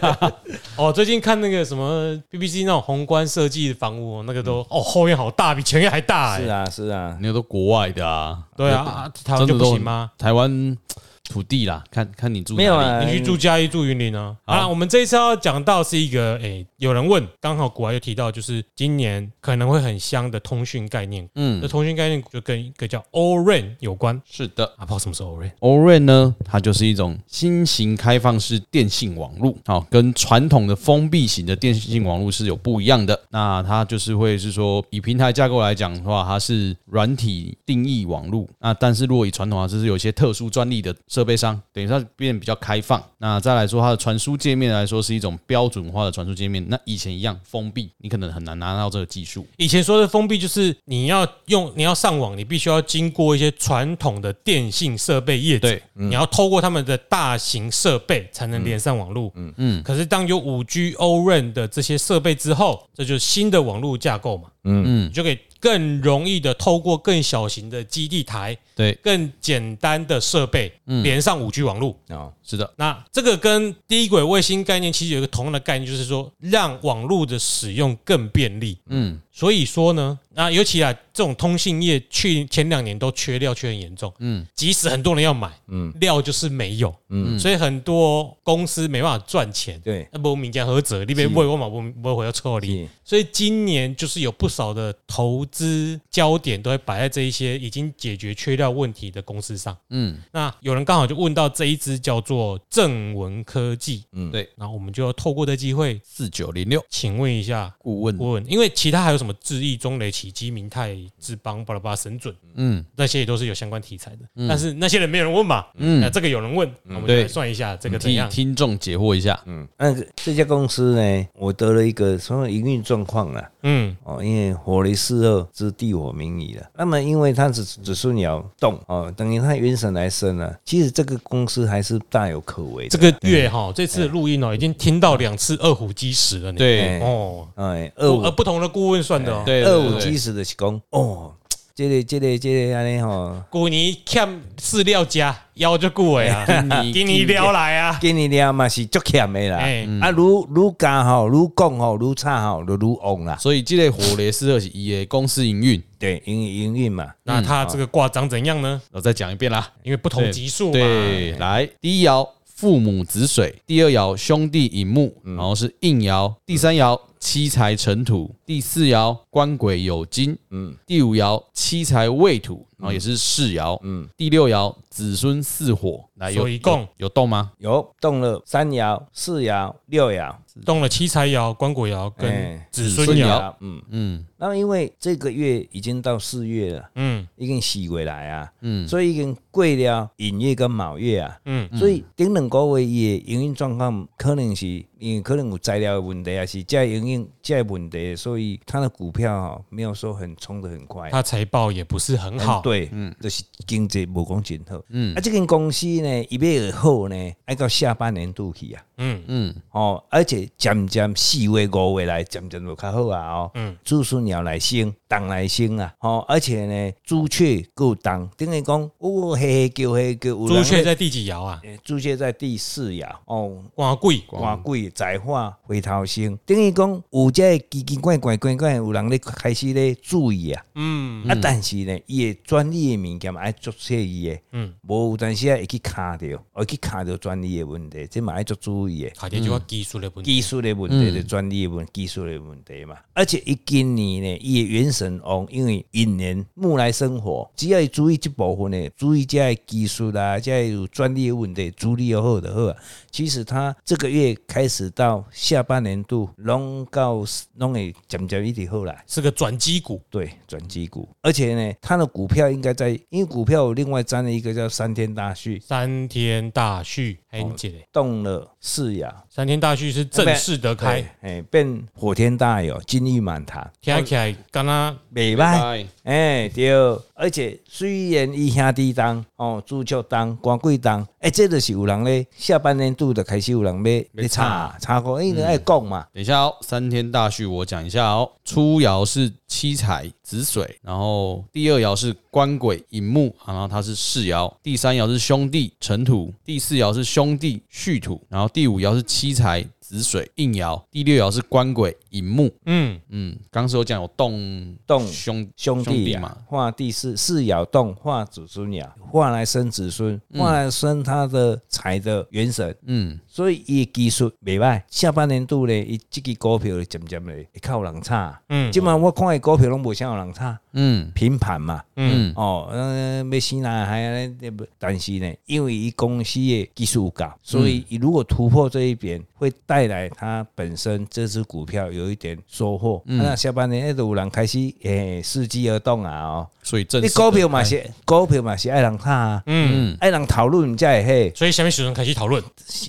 [SPEAKER 1] <laughs> 哦，最近看那个什么 BBC 那种宏观设计的房屋，那个都哦后院好大，比前院还大
[SPEAKER 3] 是
[SPEAKER 1] 哎。
[SPEAKER 3] 啊，是啊，
[SPEAKER 2] 那个都国外的啊，
[SPEAKER 1] 对啊啊，台湾
[SPEAKER 2] 真
[SPEAKER 1] 就不
[SPEAKER 2] 的都
[SPEAKER 1] 行吗？？
[SPEAKER 2] 台湾土地啦，看看你住
[SPEAKER 3] 没有
[SPEAKER 2] 哪里
[SPEAKER 3] 啊，
[SPEAKER 1] 你去住嘉义、住云林啊？
[SPEAKER 2] 好
[SPEAKER 1] 啊，我们这一次要讲到是一个，诶，有人问，刚好古玩又提到，就是今年可能会很香的通讯概念。嗯，这通讯概念就跟一个叫 Orange 有关。
[SPEAKER 2] 是的，
[SPEAKER 1] 啊，不知道什么是 Orange。
[SPEAKER 2] Orange 呢，它就是一种新型开放式电信网络，好、跟传统的封闭型的电信网络是有不一样的。那它就是会是说，以平台架构来讲的话，它是软体定义网络。那但是如果以传统啊，就是有一些特殊专利的设备商，等于它变得比较开放。那再来说它的传输界面来说，是一种标准化的传输界面。那以前一样封闭，你可能很难拿到这个技术。
[SPEAKER 1] 以前说的封闭就是你要用，你要上网，你必须要经过一些传统的电信设备业者
[SPEAKER 2] 对，
[SPEAKER 1] 你要透过他们的大型设备才能连上网络。嗯嗯。可是当有五 G、o r 的这些设备之后，这就是新的网络架构嘛。嗯嗯，你就可以更容易的透过更小型的基地台、
[SPEAKER 2] 对，
[SPEAKER 1] 更简单的设备连上五 G 网络。
[SPEAKER 3] 哦，
[SPEAKER 2] 是的，
[SPEAKER 1] 那这个跟低轨卫星概念其实有一个同样的概念，就是说让网络的使用更便利。
[SPEAKER 2] 嗯
[SPEAKER 1] 所以说呢，那尤其啊，这种通信业去前两年都缺料，缺很严重。
[SPEAKER 2] 嗯，
[SPEAKER 1] 即使很多人要买，
[SPEAKER 3] 嗯
[SPEAKER 1] 料就是没有，
[SPEAKER 3] 嗯
[SPEAKER 1] 所以很多公司没办法赚钱。
[SPEAKER 3] 对，
[SPEAKER 1] 那不民间合则，你别为我嘛，我我回到车里。
[SPEAKER 3] 是
[SPEAKER 1] 所以今年就是有不少的投资焦点都会摆在这一些已经解决缺料问题的公司上。
[SPEAKER 2] 嗯，
[SPEAKER 1] 那有人刚好就问到这一支叫做正文科技，
[SPEAKER 3] 嗯
[SPEAKER 2] 对
[SPEAKER 1] 那我们就要透过这机会，
[SPEAKER 2] 四九零六
[SPEAKER 1] 请问一下
[SPEAKER 2] 顾问，
[SPEAKER 1] 顾问，因为其他还有什么智易、中磊、启基、明泰、智邦、巴拉巴拉、神准，
[SPEAKER 2] 嗯
[SPEAKER 1] 那些也都是有相关题材的，但是那些人没有人问嘛，那
[SPEAKER 2] 嗯，
[SPEAKER 1] 这个有人问，我们就
[SPEAKER 2] 对
[SPEAKER 1] 来算一下这个怎
[SPEAKER 2] 替
[SPEAKER 1] 样。
[SPEAKER 2] 听众解惑一下，
[SPEAKER 3] 嗯，那个这家公司呢，我得了一个什么营运状况啊？
[SPEAKER 1] 嗯
[SPEAKER 3] 哦，因为火雷四二之地火明夷了。那么，因为它子子孙鸟动哦，等于它原神来生了。其实这个公司还是大有可为
[SPEAKER 1] 这
[SPEAKER 3] 的。
[SPEAKER 1] 个月哈，这次的录音哦，已经听到两次二虎基石了呢。
[SPEAKER 2] 对
[SPEAKER 1] 哦，
[SPEAKER 3] 哎，二
[SPEAKER 1] 呃，
[SPEAKER 3] 五
[SPEAKER 1] 不同的顾问算的哦。
[SPEAKER 2] 对
[SPEAKER 3] 二五
[SPEAKER 2] 七
[SPEAKER 3] 基石的是讲哦，这个这个这个安尼吼，
[SPEAKER 1] 古尼欠饲料加腰就顾尾啊， <laughs> 给你撩来啊，
[SPEAKER 3] 今年了嘛是足欠的啦。
[SPEAKER 1] 哎，
[SPEAKER 2] 嗯
[SPEAKER 3] 啊，如如加吼，如讲吼，如差吼，如如旺啦。
[SPEAKER 2] 所以这类火雷四二是一的公司营运，
[SPEAKER 3] 对，营营运嘛，
[SPEAKER 1] 那他这个卦长怎样呢？
[SPEAKER 2] 我再讲一遍啦，
[SPEAKER 1] 因为不同级数嘛，
[SPEAKER 2] 对，来第一爻父母子水，第二爻兄弟引木，然后是应爻，第三爻七财成土，第四爻官鬼有金，嗯，第五爻七财未土，然后也是世爻，嗯，第六爻子孙巳火，来有
[SPEAKER 1] 所以共
[SPEAKER 2] 有有动吗？
[SPEAKER 3] 有动了三爻、四爻、六爻。
[SPEAKER 1] 动了七财爻、关谷爻跟
[SPEAKER 3] 哎
[SPEAKER 1] 子孙
[SPEAKER 2] 子孙
[SPEAKER 1] 爻
[SPEAKER 2] 爻。
[SPEAKER 3] 啊，嗯，
[SPEAKER 2] 嗯
[SPEAKER 3] 那么因为这个月已经到四月了，
[SPEAKER 1] 嗯
[SPEAKER 3] 已经四月来啊，
[SPEAKER 2] 嗯，
[SPEAKER 3] 所以已经过了寅月跟卯月啊，
[SPEAKER 1] 嗯，
[SPEAKER 3] 所以顶两个月伊的营运状况可能是因为可能有材料的问题啊，是这营运这问题，所以它的股票哈没有说很冲的很快。
[SPEAKER 1] 他财报也不是很好。
[SPEAKER 3] 哎对，嗯，就是经济无讲真好，嗯，啊，这间公司呢，伊要好呢，要到下半年度去啊，
[SPEAKER 1] 嗯
[SPEAKER 2] 嗯
[SPEAKER 3] 哦，而且渐渐四月五月来渐渐就较好啊哦，
[SPEAKER 1] 嗯，
[SPEAKER 3] 子孙鸟来生，党来生啊，哦，而且呢，朱雀够党，等于讲，哦，嘿嘿叫嘿叫，有人
[SPEAKER 1] 朱
[SPEAKER 3] 咧
[SPEAKER 1] 雀在第几爻啊？
[SPEAKER 3] 呃朱雀在第四爻哦。
[SPEAKER 1] 官贵。
[SPEAKER 3] 官贵财化回头星，等于讲有这个奇奇怪怪怪怪，有人咧开始咧注意啊。
[SPEAKER 1] 嗯
[SPEAKER 3] 啊，但是呢，伊的专利的物件嘛，爱做细意的，
[SPEAKER 1] 嗯，
[SPEAKER 3] 无有但是啊，会去卡着，会去卡着专利的问题，这嘛爱做注意的。
[SPEAKER 1] 卡点就要技术的问题。
[SPEAKER 3] 技术的问题，就专利的问，技术的问题嘛。而且伊今年呢，伊的元神王，因为引人木来生火，只要伊注意这部分呢，注意这些技术啦，这些有专利的问题，处理好的好啊。其实他这个月开始到下半年度，拢到拢会渐渐一直好来。
[SPEAKER 1] 是个转机股，
[SPEAKER 3] 对，转机股，而且呢，它的股票应该在，因为股票有另外沾了一个叫三天大旭，
[SPEAKER 1] 三天大旭，还有你姐嘞，
[SPEAKER 3] 动了四爻，
[SPEAKER 1] 三天大旭是正式的开
[SPEAKER 3] 对，，哎，变火天大有，金玉满堂，
[SPEAKER 1] 听起来刚刚
[SPEAKER 3] 袂歹，
[SPEAKER 2] 拜，
[SPEAKER 3] 哎，对，而且虽然伊兄弟当，哦，朱雀当，官贵当，哎，这就是有人咧，下半年度就开始有人要嗯
[SPEAKER 2] 要
[SPEAKER 3] 咧查查过，因为爱讲嘛，
[SPEAKER 2] 等一下哦，三天大序我讲一下哦。初爻是七彩子水，然后第二爻是官鬼寅木，啊然后它是世爻。第三爻是兄弟辰土，第四爻是兄弟戌土，然后第五爻是七彩子水应爻，第六爻是官鬼寅木。
[SPEAKER 1] 嗯
[SPEAKER 2] 嗯，刚是有讲有动
[SPEAKER 3] 动
[SPEAKER 2] 兄
[SPEAKER 3] 兄弟啊嘛
[SPEAKER 2] 嘛，，
[SPEAKER 3] 画第四四爻动，画子孙爻，画来生子孙，画来生他的财的元神，
[SPEAKER 2] 嗯，
[SPEAKER 3] 所以伊技术袂歹。下半年度呢，伊即支股票渐渐咧会较有人炒。
[SPEAKER 1] 嗯
[SPEAKER 3] 即满我看伊股票拢无啥有人炒，
[SPEAKER 2] 嗯
[SPEAKER 3] 平盘嘛。
[SPEAKER 1] 嗯，
[SPEAKER 3] 哦，呃，要死哪还安尼，但是呢，因为伊公司的技术有够，所以伊如果突破这一边，会带来它本身这只股票有一点收获。啊那下半年那有人开始诶伺机而动啊哦，
[SPEAKER 2] 所以正
[SPEAKER 3] 你
[SPEAKER 2] 式
[SPEAKER 3] 股票嘛是股票嘛是爱人看啊，嗯，爱人讨论才会嘿。
[SPEAKER 1] 所以下面学生开始讨论，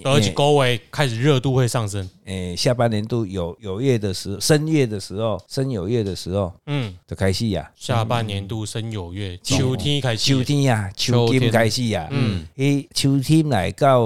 [SPEAKER 1] 而且高位开始热度会上升，
[SPEAKER 3] 诶、下半年度有有月的时候，生月的时候，生有月的时候
[SPEAKER 1] 嗯，
[SPEAKER 3] 就开始啊呀、
[SPEAKER 1] 下半年度生有月，秋天开始，
[SPEAKER 3] 秋天呀、秋
[SPEAKER 2] 秋
[SPEAKER 3] 天
[SPEAKER 2] 天
[SPEAKER 3] 开始呀、嗯，伊秋天来到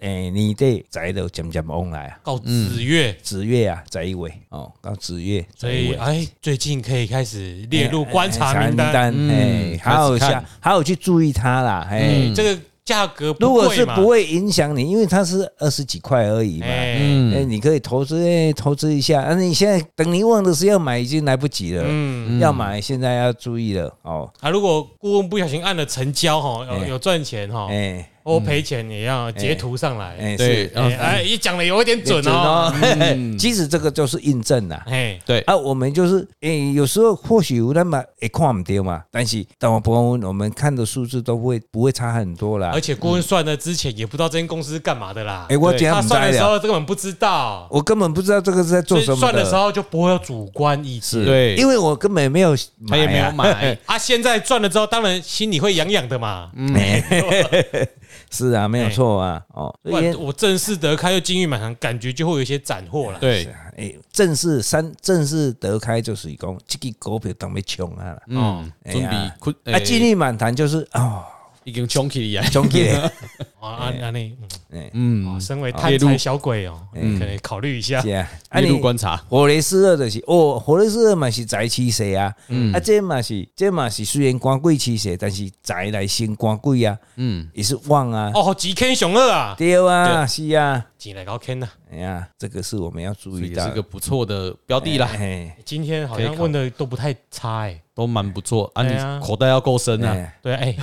[SPEAKER 3] 诶、年底，才就渐渐往来啊，
[SPEAKER 1] 到子月，
[SPEAKER 3] 子月啊，十一月哦，到子月，
[SPEAKER 1] 所以哎，最近可以开始列入观察
[SPEAKER 3] 哎
[SPEAKER 1] 名单。
[SPEAKER 3] 哎，
[SPEAKER 2] 嗯
[SPEAKER 3] 还有
[SPEAKER 2] 开始
[SPEAKER 3] 下
[SPEAKER 2] 看
[SPEAKER 3] 还有去注意它啦，哎、
[SPEAKER 1] 哎，这个价格不
[SPEAKER 3] 如果
[SPEAKER 1] 贵
[SPEAKER 3] 是
[SPEAKER 1] 嘛
[SPEAKER 3] 不，会影响你，因为它是二十几块而已嘛。
[SPEAKER 1] 哎，
[SPEAKER 3] 哎、
[SPEAKER 2] 嗯
[SPEAKER 3] 你可以投资、哎投资一下。啊，你现在等你忘的时候要买已经来不及了，
[SPEAKER 1] 嗯，
[SPEAKER 3] 要买现在要注意了哦。
[SPEAKER 1] 啊，如果顾问不小心按了成交哈，有
[SPEAKER 3] 哎
[SPEAKER 1] 有赚钱哈，
[SPEAKER 3] 哎
[SPEAKER 1] 或赔钱也要截图上来，
[SPEAKER 3] 哎，
[SPEAKER 2] 对啊
[SPEAKER 1] 哎
[SPEAKER 2] 然
[SPEAKER 3] 是，
[SPEAKER 2] 后
[SPEAKER 1] 哎，也讲的有一点准
[SPEAKER 3] 准
[SPEAKER 1] 哦，
[SPEAKER 3] 哦。其实这个就是印证啦。
[SPEAKER 1] 哎，
[SPEAKER 2] 对，
[SPEAKER 3] 啊，我们就是诶、有时候或许有那么也看不掉嘛，但是但我不管我们看的数字都不会不会差很多啦
[SPEAKER 1] 而。且顾问算了之前也不知道这间公司是干嘛的啦
[SPEAKER 3] 诶、，我
[SPEAKER 2] 对
[SPEAKER 3] 怎样
[SPEAKER 1] 他
[SPEAKER 3] 不知
[SPEAKER 1] 算的时
[SPEAKER 3] 道？
[SPEAKER 1] 候根本不知道，
[SPEAKER 3] 我根本不知道这个是在做
[SPEAKER 1] 所以
[SPEAKER 3] 什么
[SPEAKER 1] 算的时候就不会有主观意识。
[SPEAKER 2] 对，
[SPEAKER 3] 因为我根本没有买、啊，
[SPEAKER 2] 哎他也没有买，
[SPEAKER 1] 啊，现在赚了之后，当然心里会痒痒的嘛。
[SPEAKER 3] 是啊，没有错啊。哦，
[SPEAKER 1] 哎不
[SPEAKER 3] 所以
[SPEAKER 1] 然我正式得开又金玉满堂，感觉就会有一些斩获了。
[SPEAKER 2] <laughs> 对，
[SPEAKER 3] 诶、哎正式三正式得开就是讲这个股票当没穷啊啦。
[SPEAKER 2] 嗯，
[SPEAKER 3] 哎
[SPEAKER 2] 准
[SPEAKER 3] 呀
[SPEAKER 2] 备困，
[SPEAKER 3] 啊，
[SPEAKER 2] 哎
[SPEAKER 3] 金玉满堂就是哦，
[SPEAKER 2] 已经穷起来，
[SPEAKER 3] 穷起来，
[SPEAKER 1] 啊啊，那那嗯
[SPEAKER 2] <laughs> 嗯
[SPEAKER 1] 哦，身为贪财小鬼哦，你可能考 <laughs> 虑一下
[SPEAKER 3] 是。啊，啊
[SPEAKER 2] 列入
[SPEAKER 3] 你。
[SPEAKER 2] 观察，
[SPEAKER 3] 火雷斯二就是哦，火雷斯二嘛是宅气势啊，
[SPEAKER 1] 嗯
[SPEAKER 3] 啊这嘛是这嘛是虽然官贵气势，但是宅来先官贵啊，
[SPEAKER 2] 嗯，
[SPEAKER 3] 也是旺啊，
[SPEAKER 1] 哦，吉 K 熊二啊，
[SPEAKER 3] 对啊，是啊，
[SPEAKER 1] 进来搞 K 呐。
[SPEAKER 3] 哎呀，这个是我们要注
[SPEAKER 2] 所以
[SPEAKER 3] 意
[SPEAKER 2] 也
[SPEAKER 3] 到
[SPEAKER 2] 是个不错的标的啦，
[SPEAKER 3] 哎，
[SPEAKER 1] 今天好像问的都不太差哎。
[SPEAKER 2] 都蛮不错啊，
[SPEAKER 1] 对啊
[SPEAKER 2] 你口袋要够深啊，
[SPEAKER 3] 哎
[SPEAKER 1] 对啊哎，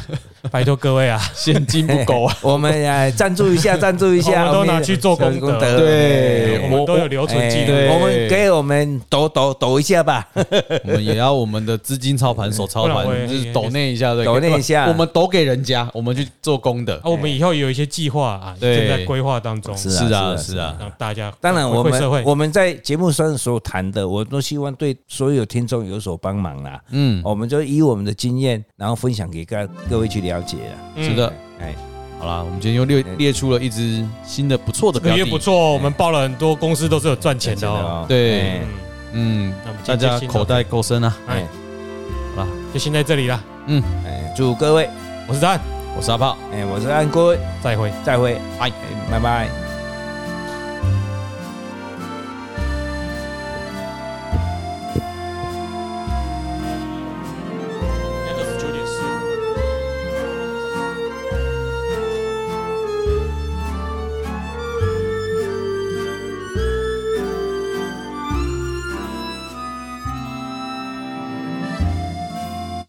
[SPEAKER 1] 拜托各位啊，
[SPEAKER 2] 现金不够
[SPEAKER 3] <laughs>
[SPEAKER 2] 啊，
[SPEAKER 3] 我们哎赞助
[SPEAKER 1] <laughs>
[SPEAKER 3] 一下，赞助一下，
[SPEAKER 1] 我们都拿去做功德
[SPEAKER 2] 对
[SPEAKER 1] 我们都有留
[SPEAKER 3] 我
[SPEAKER 1] 存记录。
[SPEAKER 2] 对
[SPEAKER 3] 哎我们给我们抖抖抖一下吧，
[SPEAKER 1] <laughs>
[SPEAKER 2] 我们也要我们的资金操盘手操
[SPEAKER 1] 不然我也
[SPEAKER 2] 盘，就是抖内一下，对，
[SPEAKER 3] 抖内一下哦
[SPEAKER 2] 我们抖给人家，我们去做功德
[SPEAKER 1] 啊，，我们以后有一些计划啊，正
[SPEAKER 2] 对
[SPEAKER 1] 在规划当中，
[SPEAKER 3] 是
[SPEAKER 2] 是
[SPEAKER 3] 啊
[SPEAKER 2] 啊，
[SPEAKER 3] 是啊
[SPEAKER 2] 是啊，
[SPEAKER 1] 让大家
[SPEAKER 3] 当然，我
[SPEAKER 1] 回馈社
[SPEAKER 3] 们
[SPEAKER 1] 会
[SPEAKER 3] 我们在节目上所谈的，我都希望对所有听众有所帮忙啦。嗯，我们就以我们的经验，然后分享给各各位去了解啦。
[SPEAKER 1] 嗯
[SPEAKER 2] 是的，
[SPEAKER 3] 哎，
[SPEAKER 2] 好啦，我们今天又列列出了一只新的不错的
[SPEAKER 1] 这个
[SPEAKER 2] 标
[SPEAKER 1] 月
[SPEAKER 2] 的，
[SPEAKER 1] 不错哦，我们报了很多公司都是有赚钱的哦。
[SPEAKER 2] 对
[SPEAKER 3] 哎
[SPEAKER 1] 嗯，
[SPEAKER 2] 嗯
[SPEAKER 1] 那我们，
[SPEAKER 2] 大
[SPEAKER 1] 今天
[SPEAKER 2] 家
[SPEAKER 1] 先到
[SPEAKER 2] 口袋够深啊，
[SPEAKER 1] 哎
[SPEAKER 3] 哎，
[SPEAKER 2] 好啦，
[SPEAKER 1] 就先在这里啦。
[SPEAKER 2] 嗯，
[SPEAKER 3] 哎，祝各位，
[SPEAKER 1] 我是丹，
[SPEAKER 2] 我是阿炮。
[SPEAKER 3] 哎，我是安哥，
[SPEAKER 1] 再会。
[SPEAKER 3] 再会，
[SPEAKER 2] 拜
[SPEAKER 3] 哎，拜拜。